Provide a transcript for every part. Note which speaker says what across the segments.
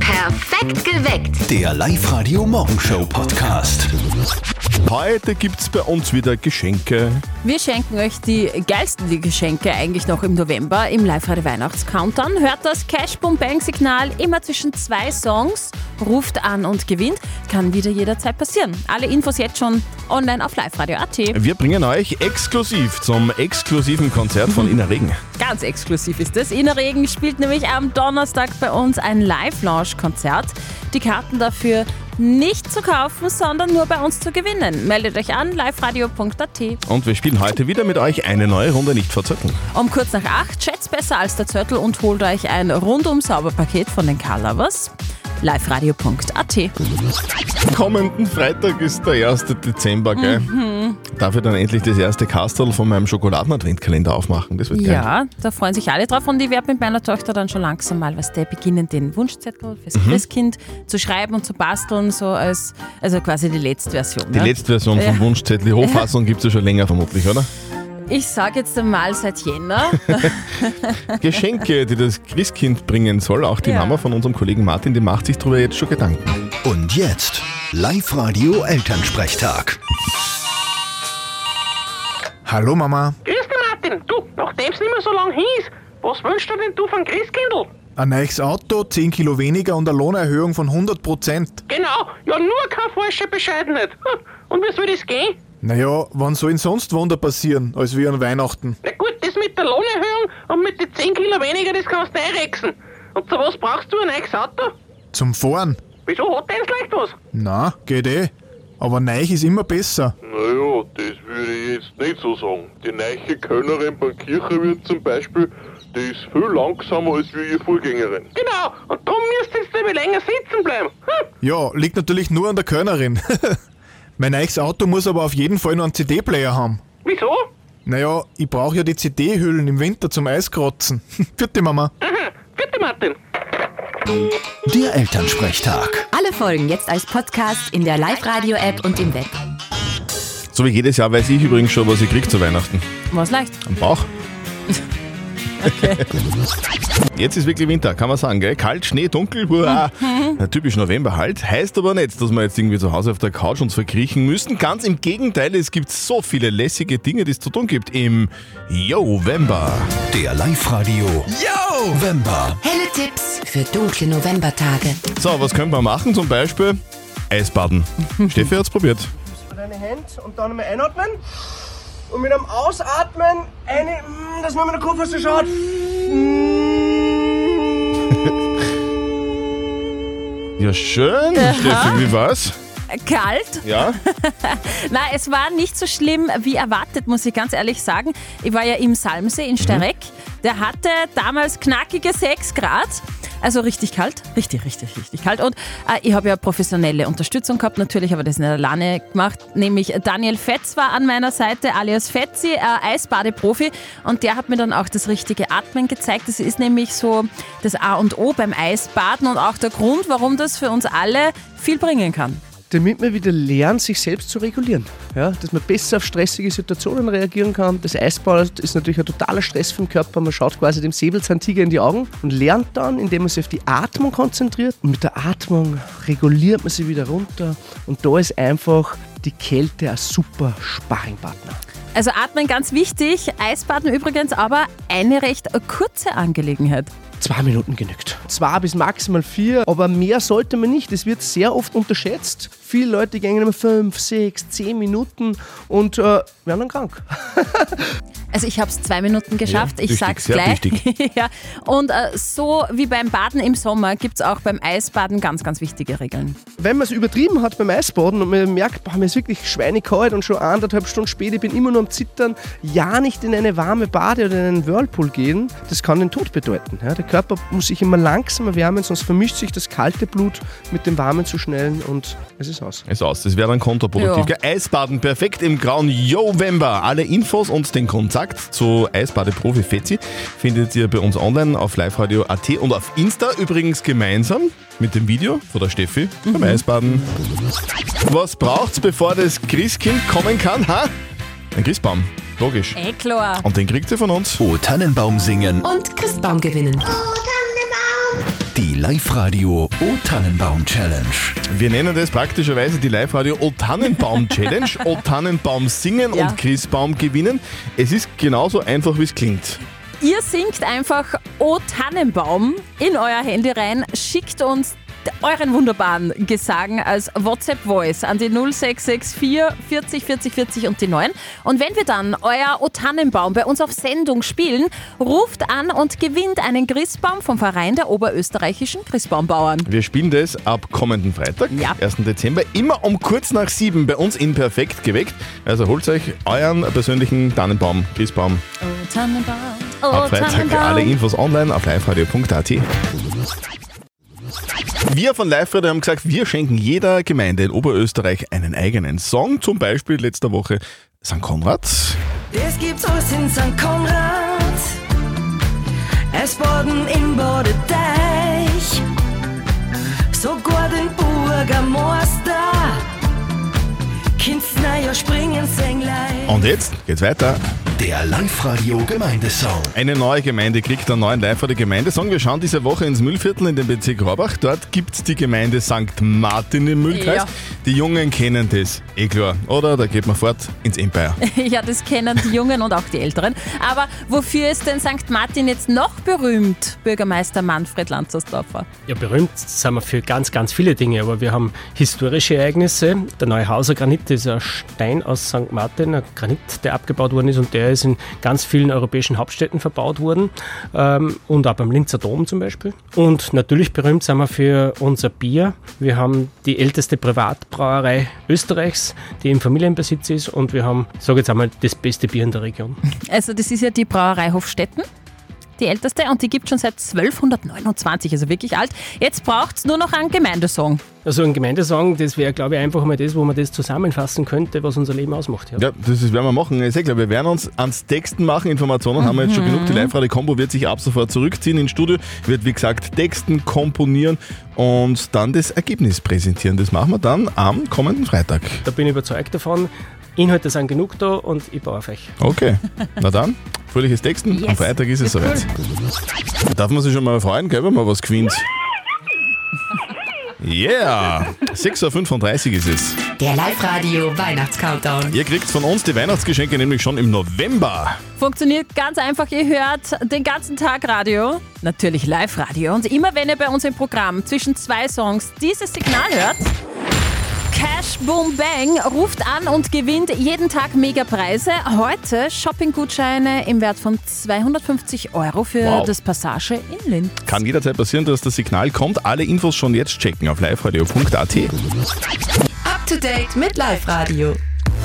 Speaker 1: Perfekt geweckt.
Speaker 2: Der Live-Radio-Morgenshow-Podcast.
Speaker 3: Heute gibt's bei uns wieder Geschenke.
Speaker 4: Wir schenken euch die geilsten die Geschenke eigentlich noch im November im Live-Radio Weihnachts-Countdown. Hört das Cash-Boom-Bang-Signal immer zwischen zwei Songs, ruft an und gewinnt. Kann wieder jederzeit passieren. Alle Infos jetzt schon online auf liveradio.at.
Speaker 3: Wir bringen euch exklusiv zum exklusiven Konzert von Inner Regen.
Speaker 4: Ganz exklusiv ist es. Innerregen spielt nämlich am Donnerstag bei uns ein Live-Lounge-Konzert. Die Karten dafür nicht zu kaufen, sondern nur bei uns zu gewinnen. Meldet euch an, liveradio.at.
Speaker 3: Und wir spielen heute wieder mit euch eine neue Runde nicht verzötteln.
Speaker 4: Um kurz nach acht schätzt besser als der Zörtel und holt euch ein rundum sauber Paket von den Colorvers. liveradio.at.
Speaker 3: Kommenden Freitag ist der 1. Dezember, gell?
Speaker 4: Mhm.
Speaker 3: Darf ich dann endlich das erste Kastel von meinem Schokoladenadventkalender aufmachen? Das wird geil.
Speaker 4: Ja, da freuen sich alle drauf und ich werde mit meiner Tochter dann schon langsam mal, was der beginnen, den Wunschzettel fürs Christkind zu schreiben und zu basteln, so als, also quasi die letzte Version. ne?
Speaker 3: Die
Speaker 4: ja.
Speaker 3: letzte Version vom
Speaker 4: Ja.
Speaker 3: Wunschzettel, die Hochfassung gibt's ja schon länger vermutlich, oder?
Speaker 4: Ich sage jetzt einmal seit Jänner.
Speaker 3: Geschenke, die das Christkind bringen soll, auch die
Speaker 4: Ja.
Speaker 3: Mama von unserem Kollegen Martin, die macht sich darüber jetzt schon Gedanken.
Speaker 2: Und jetzt Live-Radio Elternsprechtag.
Speaker 5: Hallo Mama.
Speaker 6: Grüß dich, Martin. Du, nachdem es nicht mehr so lang hieß, was wünschst du denn du von Christkindl?
Speaker 5: Ein neues Auto, 10 Kilo weniger und eine Lohnerhöhung von 100 Prozent.
Speaker 6: Genau, ja nur keine falsche Bescheidenheit. Hm, Und wie soll das gehen?
Speaker 5: Naja, wann sollen sonst Wunder passieren, als wie an Weihnachten?
Speaker 6: Na gut, das mit der Lohnerhöhung und mit den 10 Kilo weniger, das kannst du einrechsen. Und zu was brauchst du ein neues Auto?
Speaker 5: Zum Fahren?
Speaker 6: Wieso hat deins leicht was?
Speaker 5: Na, geht eh. Aber neu ist immer besser.
Speaker 7: Naja, das würde ich jetzt nicht so sagen. Die neue Kölnerin beim Kirchenwirt zum Beispiel, die ist viel langsamer als wie ihre Vorgängerin.
Speaker 6: Genau, und darum müsst ihr jetzt nicht mehr länger sitzen bleiben. Hm,
Speaker 5: Ja, liegt natürlich nur an der Kölnerin. mein neues Auto muss aber auf jeden Fall noch einen CD-Player haben.
Speaker 6: wieso?
Speaker 5: Naja, ich brauche ja die CD-Hüllen im Winter zum Eiskratzen. Vierte Mama.
Speaker 6: Aha, bitte, Martin.
Speaker 2: Der Elternsprechtag.
Speaker 8: Alle Folgen jetzt als Podcast in der Live-Radio-App und im Web.
Speaker 3: So wie jedes Jahr weiß ich übrigens schon, was ich krieg zu Weihnachten.
Speaker 4: Was leicht.
Speaker 3: Am Bauch. Jetzt ist wirklich Winter, kann man sagen, gell? Kalt, Schnee, dunkel, uah. Na, typisch November halt. Heißt aber nicht, dass wir jetzt irgendwie zu Hause auf der Couch uns verkriechen müssen. Ganz im Gegenteil, es gibt so viele lässige Dinge, die es zu tun gibt im November.
Speaker 2: Der Live-Radio Yo! Wember.
Speaker 8: Helle Tipps für dunkle Novembertage.
Speaker 3: So, was können wir machen? Zum Beispiel Eisbaden. Steffi hat's probiert.
Speaker 9: deine Hände und dann einmal einatmen. Und mit einem Ausatmen, eine, mm, dass man mit der Kurve so schaut.
Speaker 3: Ja, schön, Steffi, wie war's?
Speaker 4: Kalt?
Speaker 3: Ja?
Speaker 4: Nein, es war nicht so schlimm wie erwartet, muss ich ganz ehrlich sagen. Ich war ja im Salmsee in Stereck. Der hatte damals knackige 6 Grad. Also richtig kalt, richtig, richtig, richtig kalt. Und äh, ich habe ja professionelle Unterstützung gehabt, natürlich habe ich das nicht alleine gemacht. Nämlich Daniel Fetz war an meiner Seite, alias Fetzi, äh, Eisbadeprofi. Und der hat mir dann auch das richtige Atmen gezeigt. Das ist nämlich so das A und O beim Eisbaden und auch der Grund, warum das für uns alle viel bringen kann.
Speaker 9: Damit man wieder lernt, sich selbst zu regulieren. Ja, dass man besser auf stressige Situationen reagieren kann. Das Eisbad ist natürlich ein totaler Stress für den Körper. Man schaut quasi dem Säbelzahntiger in die Augen und lernt dann, indem man sich auf die Atmung konzentriert. Und mit der Atmung reguliert man sich wieder runter. Und da ist einfach die Kälte ein super Sparringpartner.
Speaker 4: Also atmen ganz wichtig, Eisbaden übrigens aber eine recht kurze Angelegenheit.
Speaker 9: Zwei Minuten genügt. Zwei bis maximal vier, aber mehr sollte man nicht. Es wird sehr oft unterschätzt. Viele Leute gehen immer fünf, sechs, zehn Minuten und äh, werden dann krank.
Speaker 4: Also ich habe es zwei Minuten geschafft,
Speaker 3: Ja,
Speaker 4: ich
Speaker 3: wichtig,
Speaker 4: sag's
Speaker 3: sehr
Speaker 4: gleich. ja. Und äh, so wie beim Baden im Sommer gibt's auch beim Eisbaden ganz, ganz wichtige Regeln.
Speaker 9: Wenn man es übertrieben hat beim Eisbaden und man merkt, boah, mir ist wirklich schweinekalt und schon anderthalb Stunden später, ich bin immer nur am Zittern, ja nicht in eine warme Bade oder in einen Whirlpool gehen, das kann den Tod bedeuten. Ja, der Körper muss sich immer langsam erwärmen, sonst vermischt sich das kalte Blut mit dem warmen zu schnellen und es ist aus.
Speaker 3: Ist aus, das wäre dann kontraproduktiv.
Speaker 4: Ja.
Speaker 3: gell? Eisbaden perfekt im grauen November. Alle Infos und den Kontakt zu Eisbadeprofi Fetzi findet ihr bei uns online auf liveradio.at und auf Insta übrigens gemeinsam mit dem Video von der Steffi beim Eisbaden. Was braucht's, bevor das Christkind kommen kann? Ha? Ein Christbaum, logisch.
Speaker 4: Eh klar.
Speaker 3: Und den kriegt ihr von uns.
Speaker 2: O Tannenbaum singen.
Speaker 8: Und Christbaum gewinnen.
Speaker 2: Die Live-Radio O-Tannenbaum-Challenge.
Speaker 3: Wir nennen das praktischerweise die Live-Radio O-Tannenbaum-Challenge. O-Tannenbaum singen
Speaker 4: Ja.
Speaker 3: und Chrisbaum gewinnen. Es ist genauso einfach, wie es klingt.
Speaker 4: Ihr singt einfach O Tannenbaum in euer Handy rein, schickt uns euren wunderbaren Gesang als WhatsApp Voice an die 0664 40 40 40 und die 9. Und wenn wir dann euer O Tannenbaum bei uns auf Sendung spielen, ruft an und gewinnt einen Christbaum vom Verein der oberösterreichischen Christbaumbauern.
Speaker 3: Wir spielen das ab kommenden Freitag,
Speaker 4: Ja.
Speaker 3: 1. Dezember, immer um kurz nach sieben bei uns in Perfekt geweckt. Also holt euch euren persönlichen Tannenbaum, Chrisbaum,
Speaker 4: O Tannenbaum, O
Speaker 3: ab Freitag. Alle
Speaker 4: Oh, Tannenbaum.
Speaker 3: Infos online auf liveradio.at. Wir von Live-Radio haben gesagt, wir schenken jeder Gemeinde in Oberösterreich einen eigenen Song. Zum Beispiel letzte Woche St. Konrad.
Speaker 1: Das gibt's alles in St. Konrad. Eisbaden im Bodeteich. Sogar den Burger Meister. Kind's ja springen, sing gleich.
Speaker 3: Und jetzt geht's weiter.
Speaker 2: Der Live-Radio Gemeindesong.
Speaker 3: Eine neue Gemeinde kriegt einen neuen Live- oder Gemeindesong. Wir schauen diese Woche ins Müllviertel in den Bezirk Rohrbach. Dort gibt es die Gemeinde St. Martin im Müllkreis.
Speaker 4: Ja.
Speaker 3: Die Jungen kennen das, eh klar. Oder? Da geht man fort ins Empire.
Speaker 4: Ja, das kennen die Jungen und auch die Älteren. Aber wofür ist denn St. Martin jetzt noch berühmt, Bürgermeister Manfred Lanzersdorfer?
Speaker 10: Ja, berühmt sind wir für ganz, ganz viele Dinge, aber wir haben historische Ereignisse. Der Neuhauser Granit ist ein Stein aus St. Martin, ein Granit, der abgebaut worden ist und der ist in ganz vielen europäischen Hauptstädten verbaut worden ähm, und auch beim Linzer Dom zum Beispiel. Und natürlich berühmt sind wir für unser Bier. Wir haben die älteste Privatbrauerei Österreichs, die im Familienbesitz ist und wir haben, sage jetzt einmal, das beste Bier in der Region.
Speaker 4: Also das ist ja die Brauerei Hofstetten, die älteste, und die gibt schon seit 1229, also wirklich alt. Jetzt braucht es nur noch einen Gemeindesong.
Speaker 10: Also ein Gemeindesong, das wäre, glaube ich, einfach mal das, wo man das zusammenfassen könnte, was unser Leben ausmacht. Ja.
Speaker 3: Ja, das ist, werden wir machen. Ist eh klar. Wir werden uns ans Texten machen. Informationen haben wir jetzt schon genug. Die Live-Radio-Kombo wird sich ab sofort zurückziehen ins Studio. Wird, wie gesagt, texten, komponieren und dann das Ergebnis präsentieren. Das machen wir dann am kommenden Freitag.
Speaker 10: Da bin ich überzeugt davon. Inhalte sind genug da und ich baue auf euch.
Speaker 3: Okay, na dann, fröhliches Texten. Am
Speaker 4: Yes.
Speaker 3: Freitag ist es
Speaker 4: Wird
Speaker 3: soweit. Darf man sich schon mal freuen, gell, wenn man was gewinnt? Yeah! 6.35 Uhr ist es.
Speaker 8: Der Live-Radio Weihnachts-Countdown.
Speaker 3: Ihr kriegt von uns die Weihnachtsgeschenke nämlich schon im November.
Speaker 4: Funktioniert ganz einfach, ihr hört den ganzen Tag Radio, natürlich Live-Radio. Und immer wenn ihr bei uns im Programm zwischen zwei Songs dieses Signal hört, Cash Boom Bang ruft an und gewinnt jeden Tag Megapreise. Heute Shoppinggutscheine im Wert von 250 Euro für
Speaker 3: Wow.
Speaker 4: das Passage in Linz.
Speaker 3: Kann jederzeit passieren, dass das Signal kommt. Alle Infos schon jetzt checken auf liveradio.at.
Speaker 8: Up to date mit Live-Radio.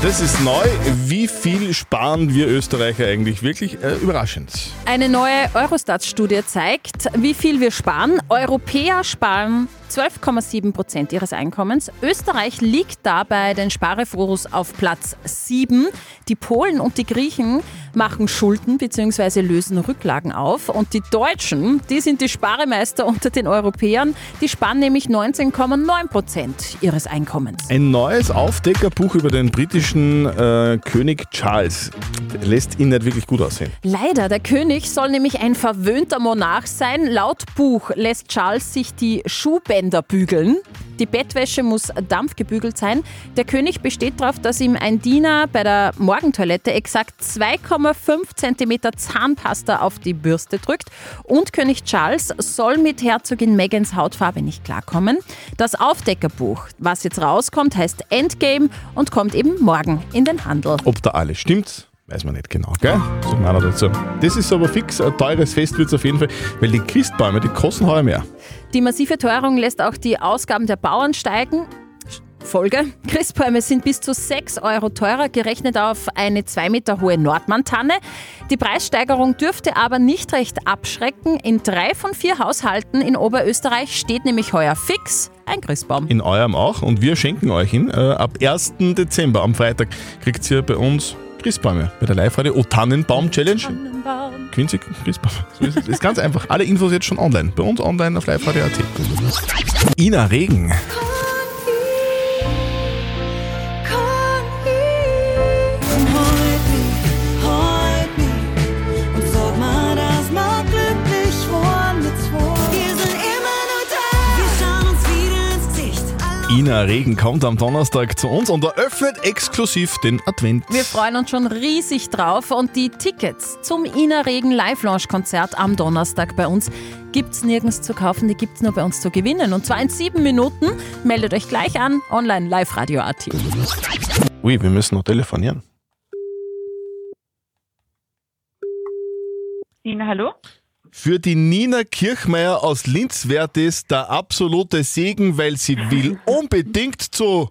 Speaker 3: Das ist neu. Wie viel sparen wir Österreicher eigentlich? Wirklich äh, überraschend.
Speaker 4: Eine neue Eurostat-Studie zeigt, wie viel wir sparen. Europäer sparen 12,7 Prozent ihres Einkommens. Österreich liegt dabei den Sparefurus auf Platz 7. Die Polen und die Griechen machen Schulden bzw. lösen Rücklagen auf. Und die Deutschen, die sind die Sparemeister unter den Europäern. Die sparen nämlich 19,9 Prozent ihres Einkommens.
Speaker 3: Ein neues Aufdeckerbuch über den britischen äh, König Charles lässt ihn nicht wirklich gut aussehen.
Speaker 4: Leider, der König soll nämlich ein verwöhnter Monarch sein. Laut Buch lässt Charles sich die Schuhbänder bügeln. Die Bettwäsche muss dampfgebügelt sein. Der König besteht darauf, dass ihm ein Diener bei der Morgentoilette exakt 2,5 cm Zahnpasta auf die Bürste drückt. Und König Charles soll mit Herzogin Megans Hautfarbe nicht klarkommen. Das Aufdeckerbuch, was jetzt rauskommt, heißt Endgame und kommt eben morgen in den Handel.
Speaker 3: Ob da alles stimmt, weiß man nicht genau, gell? Sagt man auch dazu. Das ist aber fix, ein teures Fest wird es auf jeden Fall, weil die Christbäume, die kosten heuer mehr.
Speaker 4: Die massive Teuerung lässt auch die Ausgaben der Bauern steigen. Folge. Christbäume sind bis zu 6 Euro teurer, gerechnet auf eine 2 Meter hohe Nordmantanne. Die Preissteigerung dürfte aber nicht recht abschrecken. In drei von vier Haushalten in Oberösterreich steht nämlich heuer fix ein Christbaum.
Speaker 3: In eurem auch und wir schenken euch ihn. Äh, ab 1. Dezember, am Freitag, kriegt ihr bei uns Christbäume bei der Live-Radio O-Tannenbaum-Challenge. Quinzig Christbaum. So ist es. Ist ganz einfach. Alle Infos jetzt schon online. Bei uns online auf live.at. Ina Regen.
Speaker 1: Glücklich worden mit zwei. Wir sind immer
Speaker 3: Ina Regen kommt am Donnerstag zu uns und eröffnet exklusiv den Advent.
Speaker 4: Wir freuen uns schon riesig drauf und die Tickets zum Ina Regen Live-Launch-Konzert am Donnerstag bei uns gibt's nirgends zu kaufen, die gibt's nur bei uns zu gewinnen. Und zwar in sieben Minuten. Meldet euch gleich an, online live radio AT.
Speaker 3: Ui, wir müssen noch telefonieren.
Speaker 11: Ina, hallo?
Speaker 3: Für die Nina Kirchmeier aus Linz wird es der absolute Segen, weil sie will unbedingt zu.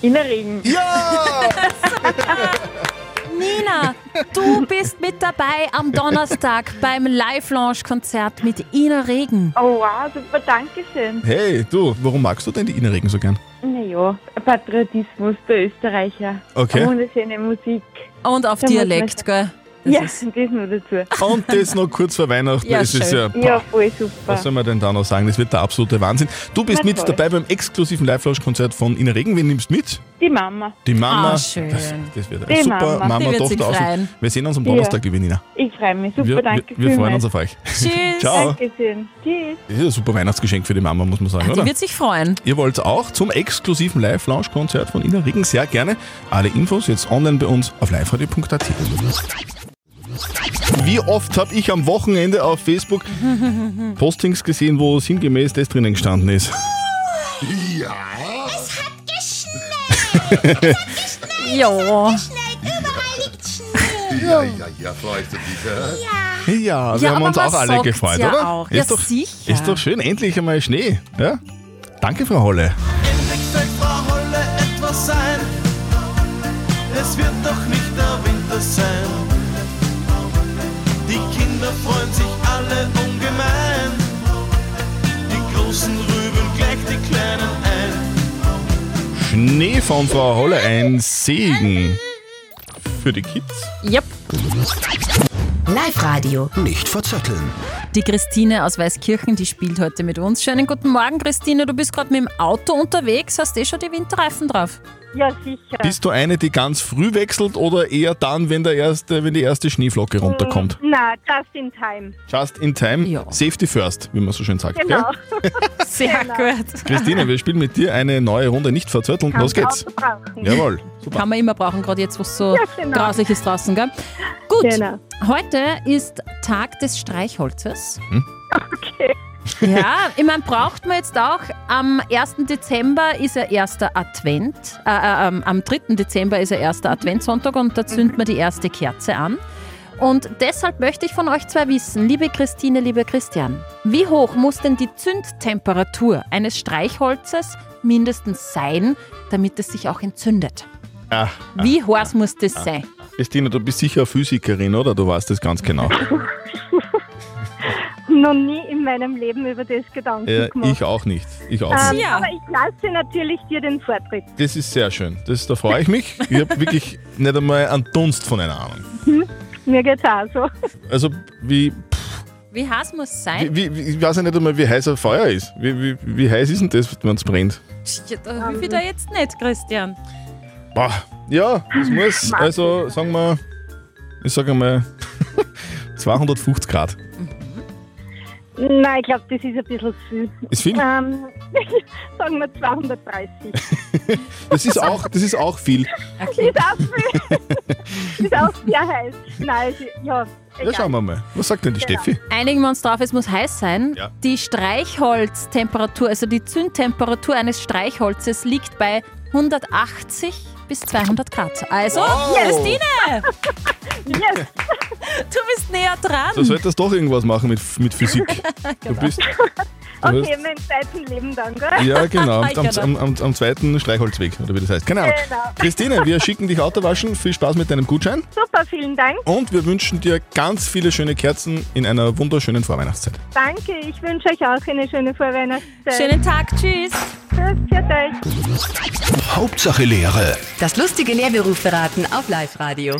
Speaker 11: Ina Regen.
Speaker 3: Ja!
Speaker 4: Nina, du bist mit dabei am Donnerstag beim Live-Launch-Konzert mit Ina Regen.
Speaker 11: Oh wow, super, danke schön.
Speaker 3: Hey, du, warum magst du denn die Ina Regen so gern?
Speaker 11: Naja, Patriotismus der Österreicher.
Speaker 3: Okay.
Speaker 11: Wunderschöne Musik.
Speaker 4: Und auf
Speaker 11: muss man
Speaker 4: Dialekt,
Speaker 11: schon-
Speaker 4: gell?
Speaker 11: ja, das nur dazu.
Speaker 3: Und das noch kurz vor Weihnachten.
Speaker 11: Ja,
Speaker 3: es ist ja,
Speaker 11: schön.
Speaker 3: boah,
Speaker 11: Ja, voll super.
Speaker 3: was soll man denn da noch sagen? Das wird der absolute Wahnsinn. Du bist
Speaker 11: Na
Speaker 3: mit
Speaker 11: toll.
Speaker 3: dabei beim exklusiven Live-Lounge-Konzert von Ina Regen. Wen nimmst du mit?
Speaker 11: Die Mama.
Speaker 3: Die Mama.
Speaker 11: Ah, schön.
Speaker 3: Das, das wird
Speaker 11: Die
Speaker 3: eine super.
Speaker 11: Mama.
Speaker 3: Mama,
Speaker 11: Die wird sich
Speaker 3: Tochter aus.
Speaker 11: freuen.
Speaker 3: Wir sehen uns am
Speaker 11: Ja.
Speaker 3: Donnerstag, liebe Nina.
Speaker 11: Ich freue mich, super,
Speaker 3: Wir, wir,
Speaker 11: danke
Speaker 3: wir freuen uns
Speaker 11: vielmals.
Speaker 3: auf euch.
Speaker 11: Tschüss.
Speaker 3: Ciao.
Speaker 11: Dankeschön. Tschüss.
Speaker 3: Das ist ein super Weihnachtsgeschenk für die Mama, muss man sagen,
Speaker 4: Die
Speaker 3: oder?
Speaker 4: wird sich freuen.
Speaker 3: Ihr wollt auch zum exklusiven Live-Lounge-Konzert von Ina Regen sehr gerne. Alle Infos jetzt online bei uns auf liveradio.at. Wie oft habe ich am Wochenende auf Facebook Postings gesehen, wo sinngemäß das drinnen gestanden ist? Ja.
Speaker 1: Es hat geschneit.
Speaker 4: Jo.
Speaker 12: Ja, ja, ja, freust du dich, hä?
Speaker 3: Ja, wir
Speaker 12: Ja,
Speaker 3: haben
Speaker 12: aber
Speaker 3: uns
Speaker 12: man
Speaker 3: auch alle
Speaker 12: sagt's
Speaker 3: gefreut,
Speaker 12: ja
Speaker 3: oder?
Speaker 12: auch.
Speaker 3: Ist
Speaker 12: Ja,
Speaker 3: doch,
Speaker 12: sicher.
Speaker 3: Ist doch schön, endlich einmal Schnee. Ja? Danke, Frau Holle.
Speaker 1: fällt Frau Holle etwas sein. Es wird doch nicht der Winter sein. Die Kinder freuen sich alle ungemein. Die großen Rüben gleich die kleinen ein.
Speaker 3: Schnee von Frau Holle, ein Segen für die Kids.
Speaker 4: Yep.
Speaker 8: Live Radio.
Speaker 2: Nicht verzetteln.
Speaker 4: Die Christine aus Weißkirchen, die spielt heute mit uns. Schönen guten Morgen, Christine. Du bist gerade mit dem Auto unterwegs, hast eh schon die Winterreifen drauf.
Speaker 11: Ja, sicher.
Speaker 3: Bist du eine, die ganz früh wechselt oder eher dann, wenn, der erste, wenn die erste
Speaker 11: Mhm.
Speaker 3: Schneeflocke runterkommt?
Speaker 11: Na, just in time.
Speaker 3: Just in time, safety first, wie man so schön sagt.
Speaker 11: Genau.
Speaker 3: Gell?
Speaker 4: Sehr gut.
Speaker 3: Christine, wir spielen mit dir eine neue Runde, nicht verzötteln. Los geht's. Jawohl. Super.
Speaker 4: Kann man immer brauchen, gerade jetzt, wo es so grauslich ist draußen, gell? Gut, heute ist Tag des Streichholzes.
Speaker 3: Hm?
Speaker 4: Okay. Ja, ich meine, braucht man jetzt auch. Am 1. Dezember ist ja erster Advent. Äh, äh, ähm, am 3. Dezember ist ja erster Adventssonntag und da zündet man die erste Kerze an. Und deshalb möchte ich von euch zwei wissen, liebe Christine, lieber Christian, wie hoch muss denn die Zündtemperatur eines Streichholzes mindestens sein, damit es sich auch entzündet?
Speaker 3: Ah, ah.
Speaker 4: Wie heiß muss das sein?
Speaker 3: Christine, du bist sicher Physikerin, oder? Du weißt das ganz genau.
Speaker 11: Noch nie in meinem Leben über das Gedanken
Speaker 3: Äh,
Speaker 11: gemacht.
Speaker 3: ich auch nicht. Ich auch
Speaker 11: Ähm,
Speaker 3: nicht.
Speaker 11: Aber ich lasse natürlich dir den Vortritt.
Speaker 3: Das ist sehr schön. Das, da freue ich mich. Ich habe wirklich nicht einmal einen Dunst von einer Ahnung.
Speaker 11: Hm? Mir geht's auch so.
Speaker 3: Also, wie,
Speaker 4: Wie heiß muss es sein?
Speaker 3: wie, wie, ich weiß ja nicht einmal, wie heiß ein Feuer ist. Wie, wie, wie heiß ist denn das, wenn es brennt?
Speaker 4: Ja, äh, da hilf ich dir jetzt nicht, Christian.
Speaker 3: Boah, ja, das muss, also sagen wir, ich sage mal 250 Grad.
Speaker 11: Nein, ich glaube, das ist ein bisschen viel.
Speaker 3: Ist viel?
Speaker 11: Ähm, sagen wir 230.
Speaker 3: Das ist auch, das ist auch viel.
Speaker 11: Ist auch viel. ist auch sehr heiß. Nein, es- ja.
Speaker 3: Ja, schauen wir mal. Was sagt denn die
Speaker 11: Genau.
Speaker 3: Steffi?
Speaker 4: Einigen wir uns drauf, es muss heiß sein.
Speaker 3: Ja.
Speaker 4: Die Streichholztemperatur, also die Zündtemperatur eines Streichholzes liegt bei 180 bis 200 Grad. Also,
Speaker 1: Wow.
Speaker 4: Christine! Du bist näher dran.
Speaker 3: Du solltest doch irgendwas machen mit, mit Physik. Du bist. Du
Speaker 11: Genau. Okay, mein zweites Leben dann, gell?
Speaker 3: hast, ja, genau. Am,
Speaker 11: Genau.
Speaker 3: am, am, am zweiten Streichholzweg, oder wie das heißt. Keine Ahnung.
Speaker 11: Genau.
Speaker 3: Christine, wir schicken dich Auto waschen. Viel Spaß mit deinem Gutschein.
Speaker 11: Super, vielen Dank.
Speaker 3: Und wir wünschen dir ganz viele schöne Kerzen in einer wunderschönen Vorweihnachtszeit.
Speaker 11: Danke, ich wünsche euch auch eine schöne Vorweihnachtszeit.
Speaker 4: Schönen Tag, tschüss.
Speaker 11: Tschüss, pfiat euch.
Speaker 2: Hauptsache Lehre.
Speaker 8: Das lustige Lehrberufverraten auf Live Radio.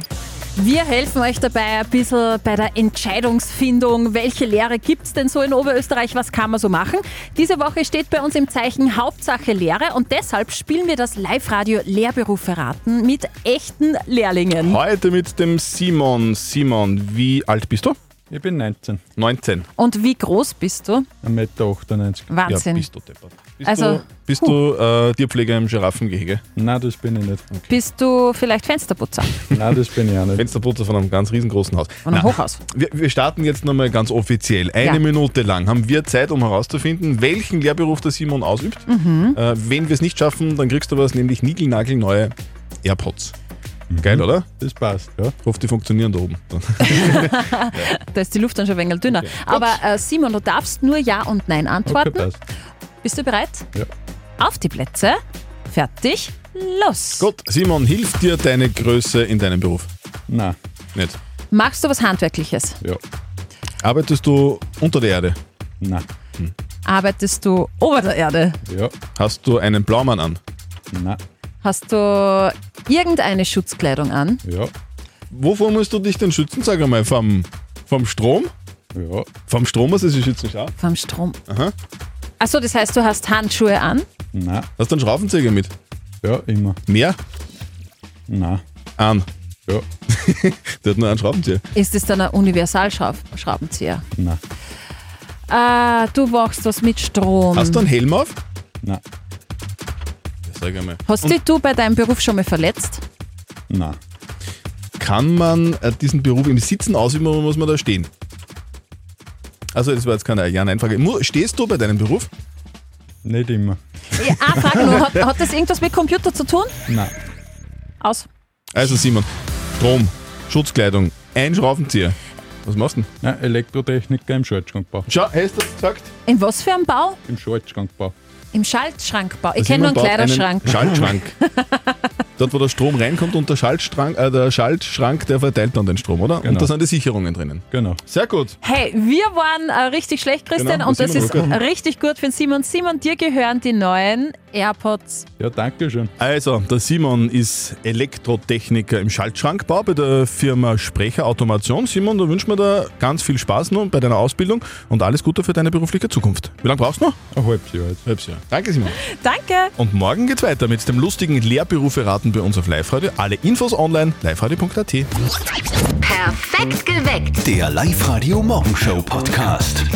Speaker 4: Wir helfen euch dabei ein bisschen bei der Entscheidungsfindung. Welche Lehre gibt es denn so in Oberösterreich? Was kann man so machen? Diese Woche steht bei uns im Zeichen Hauptsache Lehre und deshalb spielen wir das Live-Radio Lehrberufe raten mit echten Lehrlingen.
Speaker 3: Heute mit dem Simon. Simon, wie alt bist du?
Speaker 13: Ich bin 19.
Speaker 3: 19.
Speaker 4: Und wie groß bist du?
Speaker 13: 1,98 Meter. 98.
Speaker 4: Wahnsinn.
Speaker 13: Ja, bist du deppert. Bist
Speaker 4: Also,
Speaker 13: du,
Speaker 3: Bist du äh, Tierpfleger im Giraffengehege?
Speaker 13: Nein, das bin ich nicht.
Speaker 4: Bist du vielleicht Fensterputzer?
Speaker 13: Nein, das bin ich auch nicht.
Speaker 3: Fensterputzer von einem ganz riesengroßen Haus.
Speaker 4: Von einem
Speaker 3: Na,
Speaker 4: Hochhaus.
Speaker 3: Wir, wir starten jetzt nochmal ganz offiziell. Eine
Speaker 4: Ja.
Speaker 3: Minute lang haben wir Zeit, um herauszufinden, welchen Lehrberuf der Simon ausübt.
Speaker 4: Mhm.
Speaker 3: Äh, wenn wir es nicht schaffen, dann kriegst du was, nämlich niegelnagelneue AirPods. Geil, oder? Mhm. Das passt, ja. Ich hoffe, die funktionieren da oben.
Speaker 4: Da ist die Luft dann schon ein wenig dünner. Aber äh, Simon, du darfst nur Ja und Nein antworten.
Speaker 3: passt.
Speaker 4: Bist du bereit?
Speaker 3: Ja.
Speaker 4: Auf die Plätze. Fertig. Los.
Speaker 3: Gut, Simon, hilft dir deine Größe in deinem Beruf? Nein. Nicht?
Speaker 4: Machst du was Handwerkliches?
Speaker 3: Ja. Arbeitest du unter der Erde? Nein.
Speaker 4: Arbeitest du ober der Erde?
Speaker 3: Ja. Hast du einen Blaumann an? Nein.
Speaker 4: Hast du irgendeine Schutzkleidung an?
Speaker 3: Ja. Wovor musst du dich denn schützen, sag einmal? Vom, vom Strom? Ja. Vom Strom musst du dich schützen, ja?
Speaker 4: Vom Strom.
Speaker 3: Aha.
Speaker 4: Achso, das heißt, du hast Handschuhe an?
Speaker 3: Nein. Hast du einen Schraubenzieher mit? Ja, immer. Mehr? Nein. An? Ja. Der hat nur einen Schraubenzieher.
Speaker 4: Ist das dann ein Universalschraubenzieher?
Speaker 3: Nein.
Speaker 4: Äh, du machst was mit Strom.
Speaker 3: Hast du einen Helm auf? Nein. Sag einmal.
Speaker 4: Hast
Speaker 3: Und
Speaker 4: dich du bei deinem Beruf schon mal verletzt?
Speaker 3: Nein. Kann man äh, diesen Beruf im Sitzen ausüben oder muss man da stehen? Also, das war jetzt keine Ja-Nein-Frage. Mu- Stehst du bei deinem Beruf? Nicht immer.
Speaker 4: Ja, ah, frag nur, hat, hat das irgendwas mit Computer zu tun?
Speaker 3: Nein.
Speaker 4: Aus.
Speaker 3: Also, Simon, Strom, Schutzkleidung, ein Schraubenzieher. Was machst du denn?
Speaker 13: Elektrotechniker im Schaltschrankbau.
Speaker 3: Schau, hast du das gesagt?
Speaker 4: In was für einem Bau?
Speaker 13: Im Schaltschrankbau.
Speaker 4: Im Schaltschrankbau. Ich
Speaker 3: Der
Speaker 4: kenne nur einen
Speaker 3: Simon baut
Speaker 4: Kleiderschrank.
Speaker 3: einen Schaltschrank. Dort, wo der Strom reinkommt und der, Schaltschrank, äh, der Schaltschrank, der verteilt dann den Strom, oder? Und
Speaker 13: Genau.
Speaker 3: da sind die Sicherungen drinnen. Genau. Sehr gut.
Speaker 4: Hey, wir waren äh, richtig schlecht, Christian,
Speaker 3: Genau,
Speaker 4: und
Speaker 3: der
Speaker 4: das
Speaker 3: Simon
Speaker 4: ist
Speaker 3: war gut.
Speaker 4: richtig gut für den Simon. Simon, dir gehören die neuen AirPods.
Speaker 3: Ja, danke schön. Also, der Simon ist Elektrotechniker im Schaltschrankbau bei der Firma Sprecher Automation. Simon, da wünschen wir dir ganz viel Spaß noch bei deiner Ausbildung und alles Gute für deine berufliche Zukunft. Wie lange brauchst du noch? Ein halbes Jahr. Halbes Jahr. Danke, Simon.
Speaker 4: Danke.
Speaker 3: Und morgen geht's weiter mit dem lustigen Lehrberufe raten bei uns auf Live-Radio. Alle Infos online, liveradio.at.
Speaker 8: Perfekt geweckt.
Speaker 2: Der Live-Radio Morgenshow Podcast.